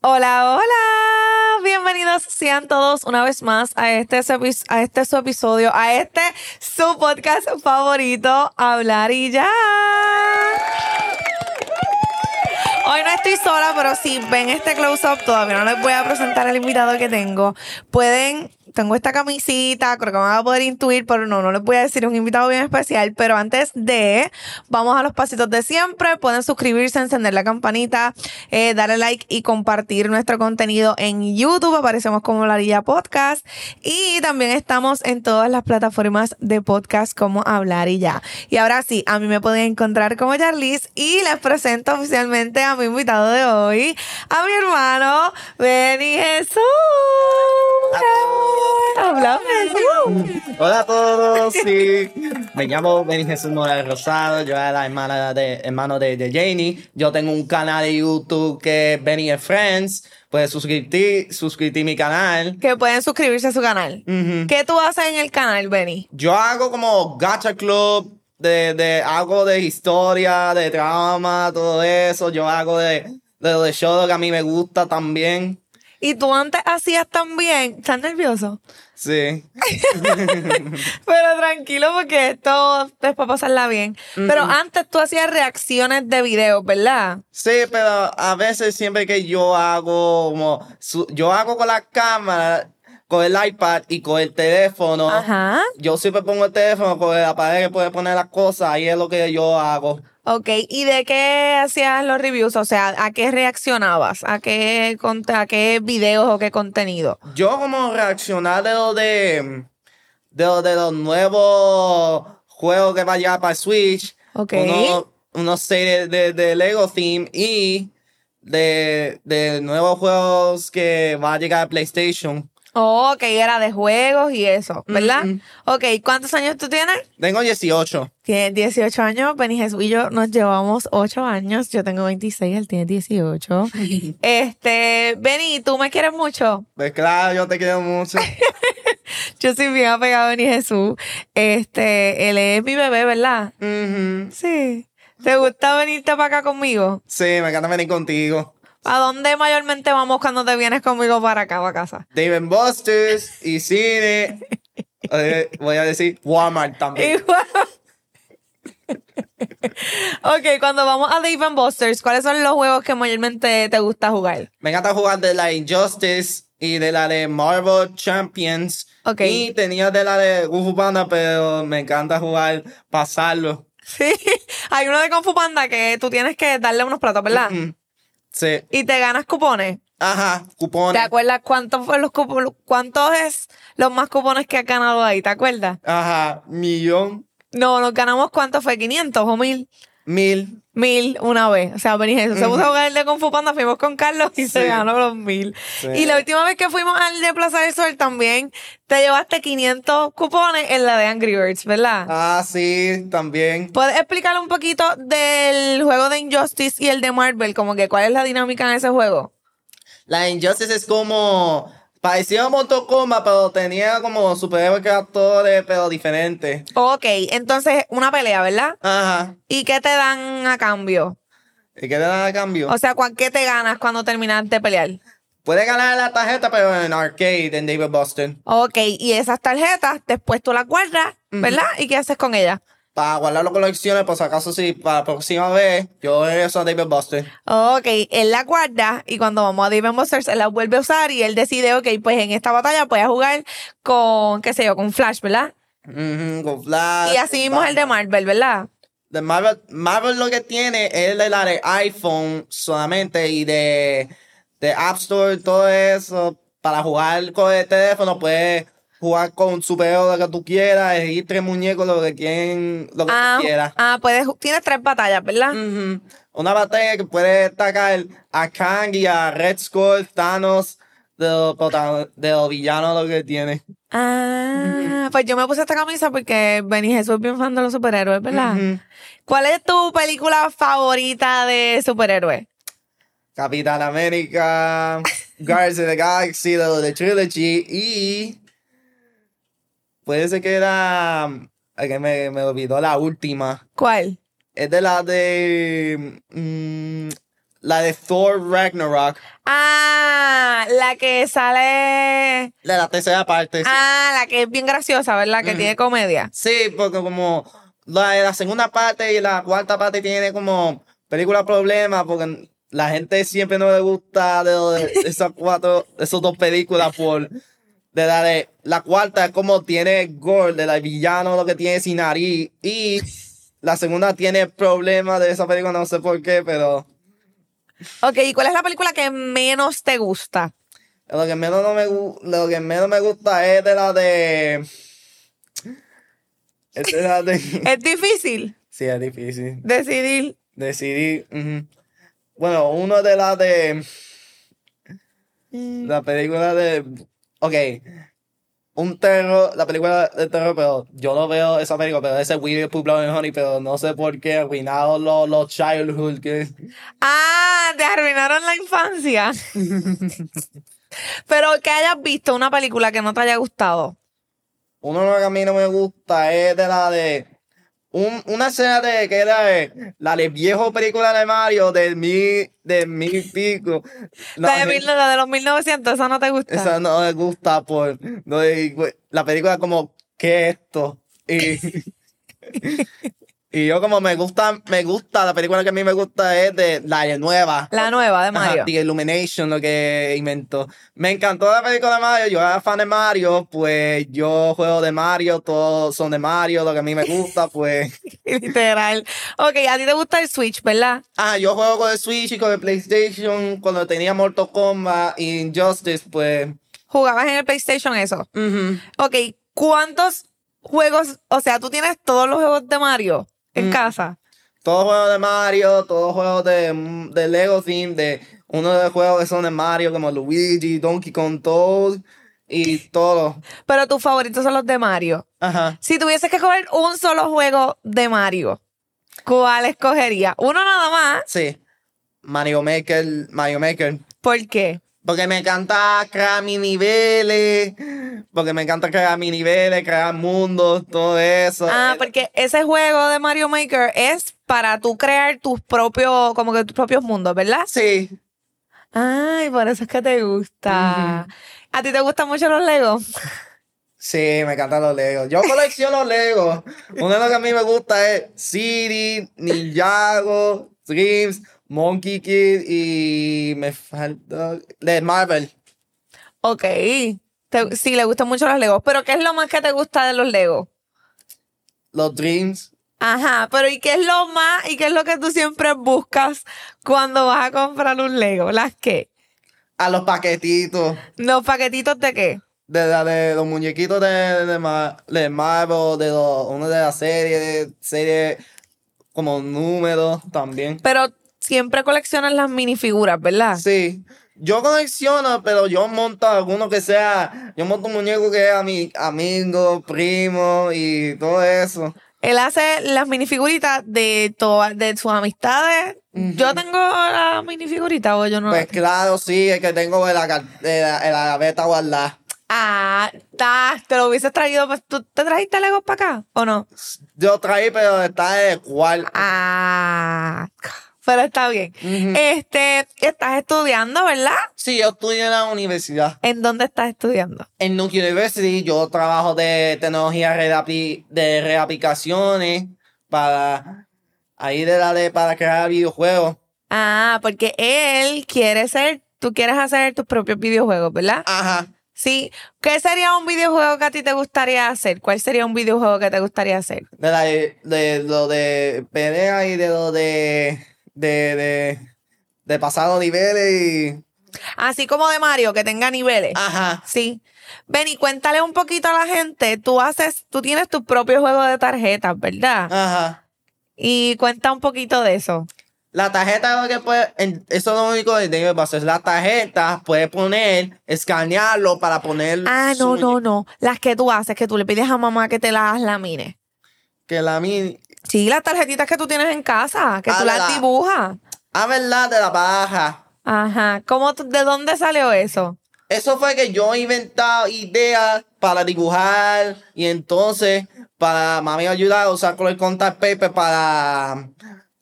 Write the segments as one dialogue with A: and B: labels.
A: Hola, hola. Bienvenidos sean todos una vez más a este, sepi- a este su episodio, a este su podcast favorito, Hablar y ya. Hoy no estoy sola, pero si ven este close-up, todavía no les voy a presentar al invitado que tengo. Pueden, tengo esta camisita, creo que van a poder intuir, pero no, no les voy a decir un invitado bien especial. Pero antes de, vamos a los pasitos de siempre. Pueden suscribirse, encender la campanita, eh, darle like y compartir nuestro contenido en YouTube. Aparecemos como Larilla Podcast. Y también estamos en todas las plataformas de podcast como Hablar y ya. Y ahora sí, a mí me pueden encontrar como Charlize y les presento oficialmente a mi invitado de hoy, a mi hermano Benny Jesús. Habla Jesús.
B: Hola a todos, sí. Me llamo Benny Jesús Morales Rosado, yo era la hermana de, hermano de, de Janie. Yo tengo un canal de YouTube que es Benny and Friends. Pues suscribí, suscribí mi canal.
A: Que pueden suscribirse a su canal.
B: Ujú.
A: ¿Qué tú haces en el canal, Benny?
B: Yo hago como gacha club, de, de, hago de historia, de drama, todo eso. Yo hago de, de, de show que a mí me gusta también.
A: Y tú antes hacías también. ¿Estás nervioso?
B: Sí.
A: Pero tranquilo, porque esto es para pasarla bien. Pero antes tú hacías reacciones de videos, ¿verdad?
B: Sí, pero a veces siempre que yo hago como su- yo hago con la cámara, con el iPad y con el teléfono.
A: Ajá.
B: Yo siempre pongo el teléfono con la pared que puede poner las cosas, ahí es lo que yo hago.
A: Ok, ¿y de qué hacías los reviews? O sea, ¿a qué reaccionabas? ¿A qué, cont- a qué videos o qué contenido?
B: Yo como reaccionar de lo de de lo de los nuevos juegos que va a llegar para Switch.
A: Ok.
B: Uno, uno serie de, de Lego Theme y de, de nuevos juegos que va a llegar a PlayStation.
A: Oh, ok, era de juegos y eso, ¿verdad? Ok, ¿cuántos años tú tienes?
B: Tengo 18.
A: Tienes 18 años, Benny Jesús y yo nos llevamos 8 años. Yo tengo 26, él tiene 18. este, Benny, ¿tú me quieres mucho?
B: Pues claro, yo te quiero mucho.
A: Yo soy bien apegada a Benny Jesús. Este, él es mi bebé, ¿verdad?
B: Ujú.
A: Sí. ¿Te gusta venirte para acá conmigo?
B: Sí, me encanta venir contigo.
A: ¿A dónde mayormente vamos cuando te vienes conmigo para acá, para casa?
B: David Busters y cine. Eh, Voy a decir Walmart también.
A: Igual. ok, cuando vamos a Dave and Busters, ¿cuáles son los juegos que mayormente te gusta jugar?
B: Me encanta jugar de la Injustice y de la de Marvel Champions.
A: Ok.
B: Y tenía de la de Kung Fu Panda, pero me encanta jugar, pasarlo.
A: Sí, hay uno de Kung Fu Panda que tú tienes que darle unos platos, ¿verdad?
B: Mm. Sí.
A: Y te ganas cupones.
B: Ajá, cupones.
A: ¿Te acuerdas cuántos fue los cupones? ¿Cuántos es los más cupones que has ganado ahí? ¿Te acuerdas?
B: Ajá, millón,
A: No, nos ganamos cuántos fue, 500 o 1000.
B: mil.
A: Mil una vez. O sea, Benny Jesús se puso a jugar el de Kung Fu Panda, fuimos con Carlos y se
B: Sí.
A: ganó los mil.
B: Sí.
A: Y la última vez que fuimos al de Plaza del Sol también, te llevaste 500 cupones en la de Angry Birds, ¿verdad?
B: Ah, sí, también.
A: ¿Puedes explicar un poquito del juego de Injustice y el de Marvel? Como que cuál es la dinámica en ese juego.
B: La Injustice es como. Parecía un Mortal Kombat, pero tenía como superhéroes que actores, pero diferente.
A: Ok, entonces una pelea, ¿verdad?
B: Ajá.
A: ¿Y qué te dan a cambio?
B: ¿Y qué te da a cambio?
A: O sea, ¿cuán- ¿qué te ganas cuando terminas de pelear?
B: Puedes ganar la tarjeta, pero en arcade, en David Boston.
A: Ok, y esas tarjetas, después tú las guardas, ¿verdad? ¿Y qué haces con ellas?
B: Para guardar las colecciones, por si acaso, sí, para la próxima vez, yo regreso a David Boston.
A: Ok, él la guarda y cuando vamos a Dave Busters, él la vuelve a usar y él decide, ok, pues en esta batalla voy a jugar con, qué sé yo, con Flash, ¿verdad?
B: Ujú, con Flash.
A: Y así mismo es el de Marvel, ¿verdad?
B: De Marvel, Marvel lo que tiene es de la de iPhone solamente y de, de App Store y todo eso. Para jugar con el teléfono puedes jugar con superhéroes lo que tú quieras, elegir tres muñecos lo que quien, lo que tú
A: Ah,
B: quieras.
A: ah, puedes, tienes tres batallas, ¿verdad?
B: Ujú. Una batalla que puede destacar a Kang y a Red Skull, Thanos, de los, protagon- de los villanos lo que tiene.
A: Ah, pues yo me puse esta camisa porque Benny Jesús es bien fan de los superhéroes, ¿verdad?
B: Ujú.
A: ¿Cuál es tu película favorita de superhéroes?
B: Capitán América, Guardians of the Galaxy, lo de Trilogy y. Puede ser que era. ay, que me, me olvidó la última.
A: ¿Cuál?
B: Es de la de. mm, la de Thor Ragnarok,
A: Ah, la que sale.
B: la, la tercera parte. sí.
A: Ah, la que es bien graciosa, ¿verdad? Que tiene comedia.
B: Sí, porque como la, la segunda parte y la cuarta parte tiene como película problema, porque la gente siempre no le gusta de, de esas cuatro, esas dos películas por de la de la cuarta es como tiene gore de la villano lo que tiene sin nariz y la segunda tiene problemas de esa película no sé por qué pero
A: Ok, ¿y cuál es la película que menos te gusta?
B: lo que menos no me gu- lo que menos me gusta es de la de es de la de
A: Es difícil
B: sí es difícil
A: decidir.
B: Decidí. ujú. Bueno, uno de las de. La película de. Ok. Un terror. La película de terror, pero yo no veo esa película, pero ese Willy Pooh Blood and Honey, pero no sé por qué arruinaron los los childhood. Que...
A: Ah, te arruinaron la infancia. Pero que hayas visto una película que no te haya gustado.
B: Uno no, que a mí no me gusta es de la de. Un, una escena de que era de- la de viejo película de Mario del mil, del mil y pico.
A: La de,
B: gente-
A: mil- la de los 1900, esa no te gusta.
B: eh, Esa no me gusta por no de- güey, la película como ¿qué es esto? Y, y yo como me gusta, me gusta, la película que a mí me gusta es de la de nueva.
A: La nueva de Mario.
B: Ajá, The Illumination, lo que inventó. Me encantó la película de Mario, yo era fan de Mario, pues yo juego de Mario, todos son de Mario, lo que a mí me gusta, pues...
A: Literal. Ok, a ti te gusta el Switch, ¿verdad?
B: Ah, yo juego con el Switch y con el PlayStation, cuando tenía Mortal Kombat y Injustice, pues...
A: Jugabas en el PlayStation eso.
B: ujú.
A: Ok, ¿cuántos juegos? O sea, tú tienes todos los juegos de Mario en
B: Mm.
A: casa.
B: Todos juegos de Mario, todos juegos de, de Lego Team, de uno de los juegos que son de Mario, como Luigi, Donkey Kong, Toad y todo.
A: Pero tus favoritos son los de Mario.
B: Ajá.
A: Si tuvieses que coger un solo juego de Mario, ¿cuál escogería? Uno nada más.
B: Sí. Mario Maker, Mario Maker.
A: ¿Por qué?
B: Porque me encanta crear mis niveles, porque me encanta crear mis niveles, crear mundos, todo eso.
A: Ah, porque ese juego de Mario Maker es para tú crear tus propios, como que tus propios mundos, ¿verdad?
B: Sí.
A: Ay, por eso es que te gusta. ¿A ti te gustan mucho los Legos?
B: Sí, me encantan los Legos. Yo colecciono Legos. Uno de los que a mí me gusta es City, Ninjago, Dreams, Monkey Kid y me falta de Marvel.
A: Ok. Te- sí, le gustan mucho los Legos. Pero ¿qué es lo más que te gusta de los Legos?
B: Los Dreams.
A: Ajá, pero ¿y qué es lo más y qué es lo que tú siempre buscas cuando vas a comprar un Lego? ¿Las qué?
B: A los paquetitos.
A: ¿Los paquetitos de qué?
B: De, la- de los muñequitos de, de, Mar- de Marvel, de los, uno de la serie, serie como números también.
A: Pero siempre coleccionas las minifiguras, ¿verdad?
B: Sí. Yo colecciono, pero yo monto alguno que sea. Yo monto un muñeco que es a mi amigo, primo y todo eso.
A: Él hace las minifiguritas de todas, de sus amistades. Yo tengo la minifigurita o yo no. la
B: Pues claro, sí, es que tengo en la, car- en la, en la gaveta guardada.
A: Ah, ta, te lo hubieses traído. pues, ¿Tú te trajiste Legos para acá o no?
B: Yo traí, pero está en el cual.
A: Ah, pero está bien.
B: Mm.
A: Este, estás estudiando, ¿verdad?
B: Sí, yo estudio en la universidad.
A: ¿En dónde estás estudiando?
B: En Nuke University yo trabajo de tecnología reapi- de reaplicaciones para ahí de la de para crear videojuegos.
A: Ah, porque él quiere ser, tú quieres hacer tus propios videojuegos, ¿verdad?
B: Ajá.
A: Sí. ¿Qué sería un videojuego que a ti te gustaría hacer? ¿Cuál sería un videojuego que te gustaría hacer?
B: De, la, de lo de pelea y de lo de. de. de, de pasar los niveles y.
A: Así como de Mario, que tenga niveles.
B: Ajá.
A: Sí. Ven y cuéntale un poquito a la gente. Tú haces, tú tienes tu propio juego de tarjetas,
B: Ah.
A: ¿verdad?
B: Ajá.
A: Y cuenta un poquito de eso.
B: La tarjeta lo que puede. en- eso es lo único que tiene que pasar. La tarjeta puede poner, escanearlo para poner.
A: Ah, no,
B: su-
A: no, no. Las que tú haces, que tú le pides a mamá que te las lamine.
B: Que la mini.
A: Sí, las tarjetitas que tú tienes en casa, que tú
B: Ah, la-
A: las dibujas.
B: Ah, verdad, de la baraja.
A: Ajá. ¿Cómo, tú- ¿De dónde salió eso?
B: Eso fue que yo he inventado ideas para dibujar y entonces para mami ayudar a usar con el contact paper para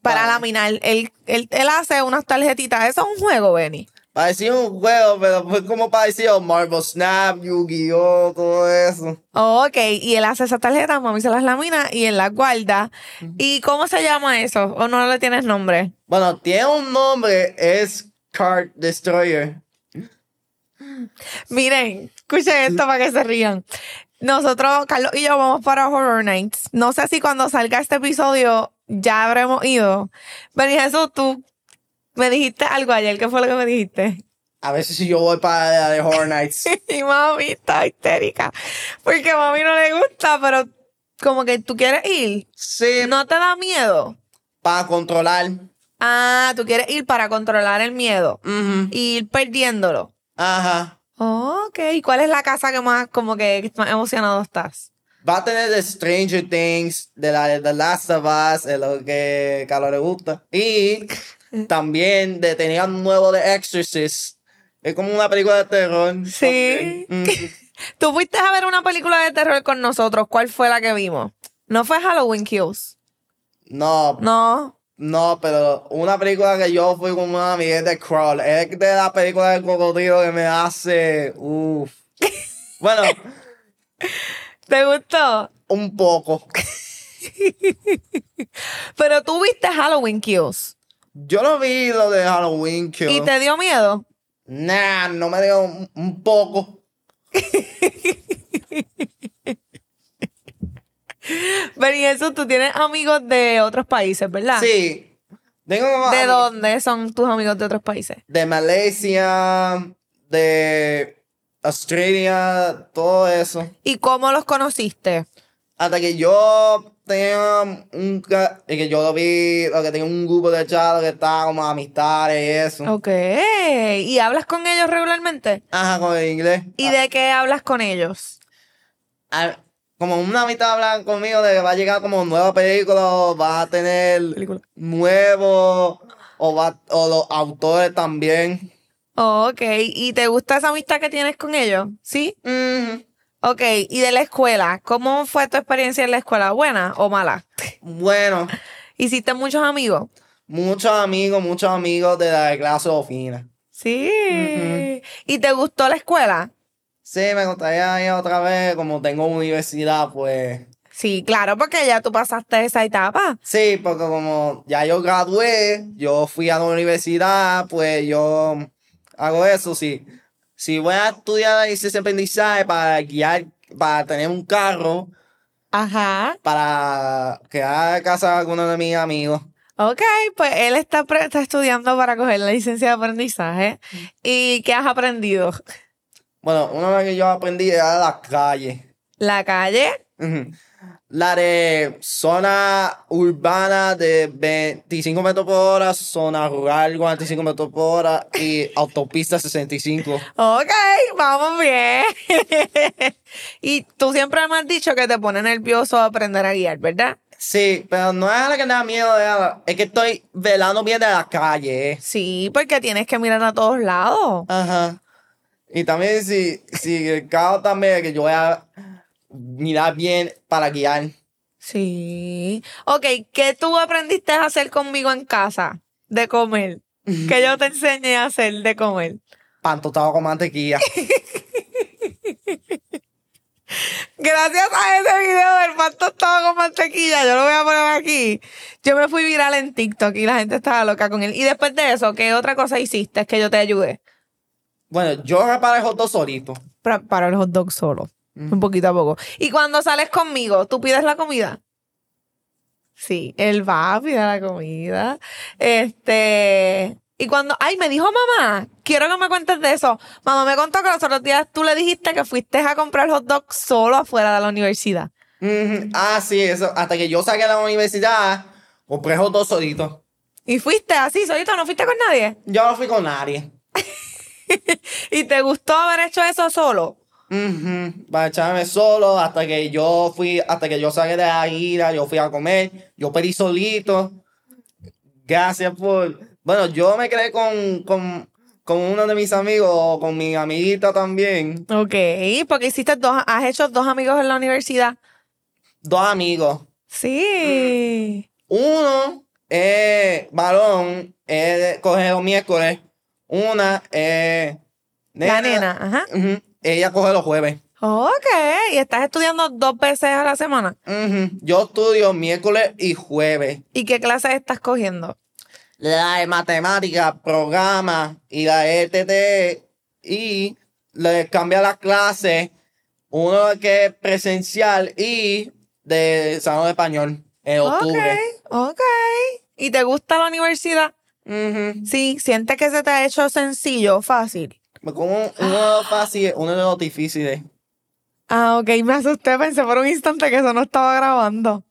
A: Para para laminar. Él, él, él hace unas tarjetitas. Eso es un juego, Benny.
B: Parecía un juego, pero fue como parecido Marvel Snap, Yu-Gi-Oh, todo eso.
A: Oh, ok, y él hace esas tarjetas, mami se las lamina y él las guarda. ¿Y cómo se llama eso? ¿O no le tienes nombre?
B: Bueno, tiene un nombre, es Card Destroyer.
A: Miren, escuchen esto para que se rían. Nosotros, Carlos y yo, vamos para Horror Nights. No sé si cuando salga este episodio ya habremos ido. Pero Jesús, tú me dijiste algo ayer. ¿Qué fue lo que me dijiste?
B: A veces si yo voy para la de Horror Nights.
A: Y mami está histérica. Porque a mami no le gusta, pero como que tú quieres ir.
B: Sí,
A: ¿No te da miedo?
B: para controlar.
A: Ah, tú quieres ir para controlar el miedo.
B: Ujú.
A: Y ir perdiéndolo.
B: Ajá.
A: Oh, Ok, ¿y cuál es la casa que más, como que más emocionado estás?
B: Va a tener de Stranger Things, de la de The Last of Us, es lo que Carlos le gusta. Y también de, tenía un nuevo de Exorcist. Es como una película de terror.
A: Sí.
B: Ok. Mm.
A: Tú fuiste a ver una película de terror con nosotros. ¿Cuál fue la que vimos? No fue Halloween Kills.
B: No,
A: No.
B: No, pero una película que yo fui con una amiga es de Crawl. Es de la película del cocodrilo que me hace. Uff. Bueno,
A: ¿Te gustó?
B: un poco.
A: Pero tú viste Halloween Kills.
B: Yo no vi lo de Halloween Kill.
A: ¿Y te dio miedo?
B: Nah, no me dio un, un poco.
A: Pero y eso, tú tienes amigos de otros países, ¿verdad?
B: Sí. Tengo como
A: Ah. ¿De
B: am-
A: dónde son tus amigos de otros países?
B: De Malasia, de Australia, todo eso.
A: ¿Y cómo los conociste?
B: Hasta que yo tenía un... ca- y que yo lo vi, lo que tenía un grupo de chavos que estaba como amistades y eso.
A: Ok. ¿Y hablas con ellos regularmente?
B: Ajá, con el inglés.
A: ¿Y de qué hablas con ellos?
B: Ah, ah, como una mitad hablan conmigo de que va a llegar como nueva película, o va a tener
A: Película.
B: nuevo, o, va, o los autores también.
A: Oh, ok. ¿Y te gusta esa amistad que tienes con ellos? ¿Sí?
B: Ujú.
A: Ok. ¿Y de la escuela? ¿Cómo fue tu experiencia en la escuela? ¿Buena o mala?
B: Bueno,
A: ¿Hiciste muchos amigos?
B: muchos amigos, muchos amigos de la clase ofina.
A: Sí. ¿Y te gustó la escuela?
B: Sí, me gustaría ir otra vez, como tengo universidad, pues...
A: Sí, claro, porque ya tú pasaste esa etapa.
B: Sí, porque como ya yo gradué, yo fui a la universidad, pues yo hago eso, sí. Si voy a estudiar la licencia de aprendizaje para guiar, para tener un carro,
A: Ajá.
B: para quedar a casa de alguno de mis amigos.
A: Ok, pues él está, pre- está estudiando para coger la licencia de aprendizaje. ¿Y qué has aprendido?
B: Bueno, una vez que yo aprendí era la calle.
A: La calle.
B: Ujú. La de zona urbana de 25 metros por hora, zona rural 45 metros por hora y autopista 65.
A: Ok, vamos bien. y tú siempre me has dicho que te pone nervioso aprender a guiar, ¿verdad?
B: Sí, pero no es la que me da miedo, es, la- es que estoy velando bien de la calle. eh.
A: Sí, porque tienes que mirar a todos lados.
B: Ajá. Y también si, si el carro también, que yo voy a mirar bien para guiar.
A: Sí. Ok, ¿qué tú aprendiste a hacer conmigo en casa de comer? Que yo te enseñé a hacer de comer.
B: Pan tostado con mantequilla.
A: Gracias a ese video del pan tostado con mantequilla, yo lo voy a poner aquí. Yo me fui viral en TikTok y la gente estaba loca con él. Y después de eso, ¿qué otra cosa hiciste que yo te ayudé?
B: Bueno, yo reparé hot dog solito.
A: Para, para el hot dog solo, un poquito a poco. Y cuando sales conmigo, ¿tú pides la comida? Sí, él va a pedir la comida. Este... Y cuando, ay, me dijo mamá, quiero que me cuentes de eso. Mamá me contó que los otros días tú le dijiste que fuiste a comprar hot dog solo afuera de la universidad.
B: Ujú. Ah, sí, eso. Hasta que yo saqué de la universidad, compré hot dog solito.
A: Y fuiste así, solito, no fuiste con nadie.
B: Yo no fui con nadie.
A: ¿Y te gustó haber hecho eso solo?
B: Ujú, Para echarme solo hasta que yo fui, hasta que yo salí de la gira, yo fui a comer, yo pedí solito. Gracias por. Bueno, yo me quedé con, con, con uno de mis amigos, o con mi amiguita también.
A: Ok, porque hiciste dos, has hecho dos amigos en la universidad.
B: Dos amigos.
A: Sí.
B: Uno eh, varón, él coge los miércoles. Una, eh,
A: La nena, ajá.
B: Ujú, Ella coge los jueves.
A: Ok, y estás estudiando dos veces a la semana.
B: Ujú, Yo estudio miércoles y jueves.
A: ¿Y qué clases estás cogiendo?
B: La de matemáticas, programa y la de ETT. Y le cambia las clases. Uno que es presencial y de salón de español en octubre.
A: Ok, ok. ¿Y te gusta la universidad?
B: Ujú.
A: Sí, sientes que se te ha hecho sencillo, fácil.
B: Pues Como uno de los fáciles, uno de los difíciles.
A: Ah, ok, me asusté, pensé por un instante que eso no estaba grabando.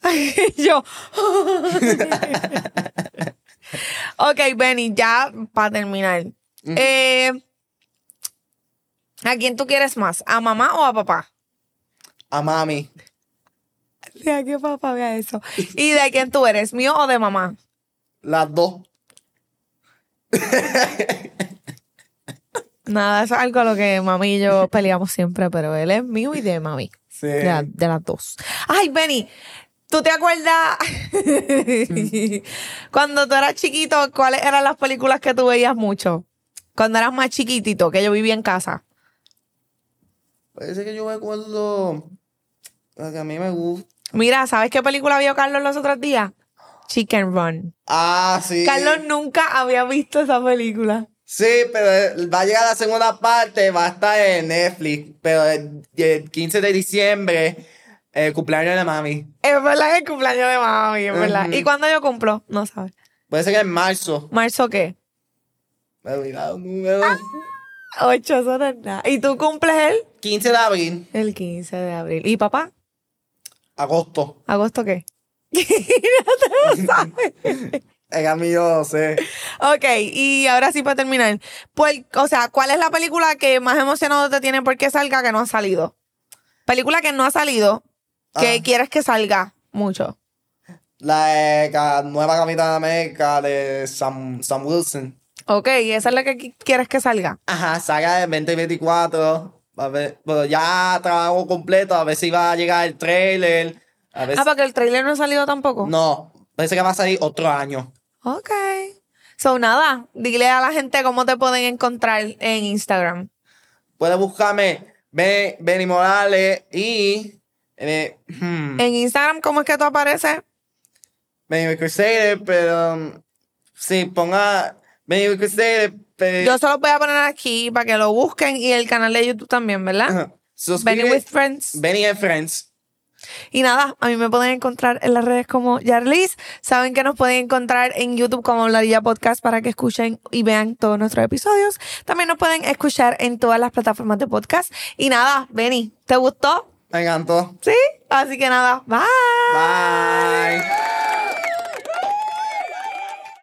A: Yo. ok, Benny, ya para terminar. Eh, ¿A quién tú quieres más? ¿A mamá o a papá?
B: A mami.
A: De a qué papá vea eso. ¿Y de quién tú eres? ¿Mío o de mamá?
B: Las dos.
A: Nada, eso es algo a lo que mami y yo peleamos siempre, pero él es mío y de mami.
B: Sí.
A: De, la- de las dos. Ay, Benny, ¿tú te acuerdas cuando tú eras chiquito, cuáles eran las películas que tú veías mucho? Cuando eras más chiquitito, que yo vivía en casa.
B: Parece que yo me acuerdo. La que a mí me gusta.
A: Mira, ¿sabes qué película vio Carlos los otros días? Chicken Run.
B: Ah, sí.
A: Carlos nunca había visto esa película.
B: Sí, pero eh, va a llegar la segunda parte, va a estar en Netflix. Pero el, el 15 de diciembre, el cumpleaños de mami.
A: Es verdad que el cumpleaños de mami, es verdad.
B: Ujú.
A: ¿Y cuándo yo cumplo? No sabes.
B: Puede ser que en marzo.
A: ¿Marzo qué?
B: Me he olvidado el número.
A: Ocho, eso no es nada. ¿Y tú cumples el?
B: 15 de abril,
A: El 15 de abril. ¿Y papá?
B: agosto.
A: ¿Agosto qué? no te lo sabes.
B: El amigo, sé.
A: Ok, y ahora sí para terminar. Pues, o sea, ¿cuál es la película que más emocionado te tiene porque salga que no ha salido? Película que no ha salido, que
B: Ah.
A: quieres que salga mucho.
B: La de ca- nueva capitana de América de Sam, Sam Wilson.
A: Ok, y esa es la que qui- quieres que salga.
B: Ajá, saga del 2024. A ver, pero ya trabajo completo, a ver si va a llegar el trailer. A ver
A: Ah,
B: si-
A: porque el trailer no ha salido tampoco.
B: No, parece que va a salir otro año.
A: Ok. So, nada, dile a la gente cómo te pueden encontrar en Instagram.
B: Puedes buscarme Ben- Benny Morales y eh, hmm,
A: En Instagram, ¿cómo es que tú apareces?
B: Benny Crusader, pero um, sí, ponga Benny Crusader, pero
A: Yo se los voy a poner aquí para que lo busquen y el canal de YouTube también, ¿verdad?
B: Ajá. Suscríbete-
A: Benny with Friends.
B: Benny and Friends.
A: Y nada, a mí me pueden encontrar en las redes como Yarlis. Saben que nos pueden encontrar en YouTube como Hablaría Podcast para que escuchen y vean todos nuestros episodios. También nos pueden escuchar en todas las plataformas de podcast. Y nada, Benny, ¿te gustó?
B: Me encantó.
A: Sí. Así que nada, bye.
B: Bye.